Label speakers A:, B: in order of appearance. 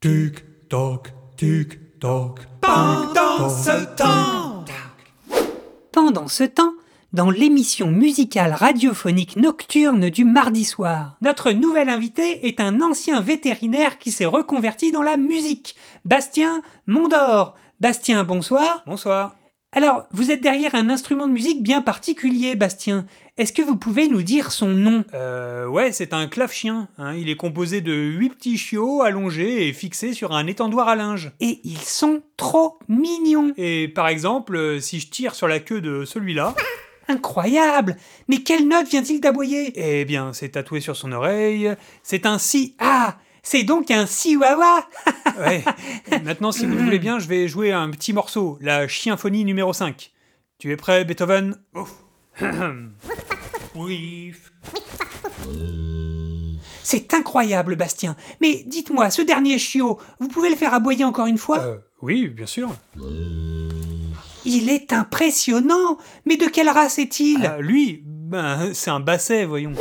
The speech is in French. A: Tic toc, tic toc.
B: Pendant ce temps
C: Pendant ce temps, dans l'émission musicale radiophonique nocturne du mardi soir, notre nouvel invité est un ancien vétérinaire qui s'est reconverti dans la musique, Bastien Mondor. Bastien, bonsoir.
B: Bonsoir.
C: Alors, vous êtes derrière un instrument de musique bien particulier, Bastien. Est-ce que vous pouvez nous dire son nom
B: Euh, ouais, c'est un clave-chien. hein. Il est composé de huit petits chiots allongés et fixés sur un étendoir à linge.
C: Et ils sont trop mignons.
B: Et par exemple, euh, si je tire sur la queue de celui-là,
C: Incroyable. Mais quelle note vient-il d'aboyer
B: eh bien, c'est tatoué sur son oreille. C'est un si.
C: Ah, c'est donc un chihuahua.
B: Ouais. Maintenant, si vous le voulez bien, je vais jouer un petit morceau, la chienphonie numéro 5. Tu es prêt, Beethoven Oui.
C: C'est incroyable, Bastien. Mais dites-moi, ce dernier chiot, vous pouvez le faire aboyer encore une fois
B: Euh, oui, bien sûr.
C: Il
B: Euh,
C: est impressionnant. Mais de quelle race est-il
B: Ah, lui, ben, c'est un basset, voyons.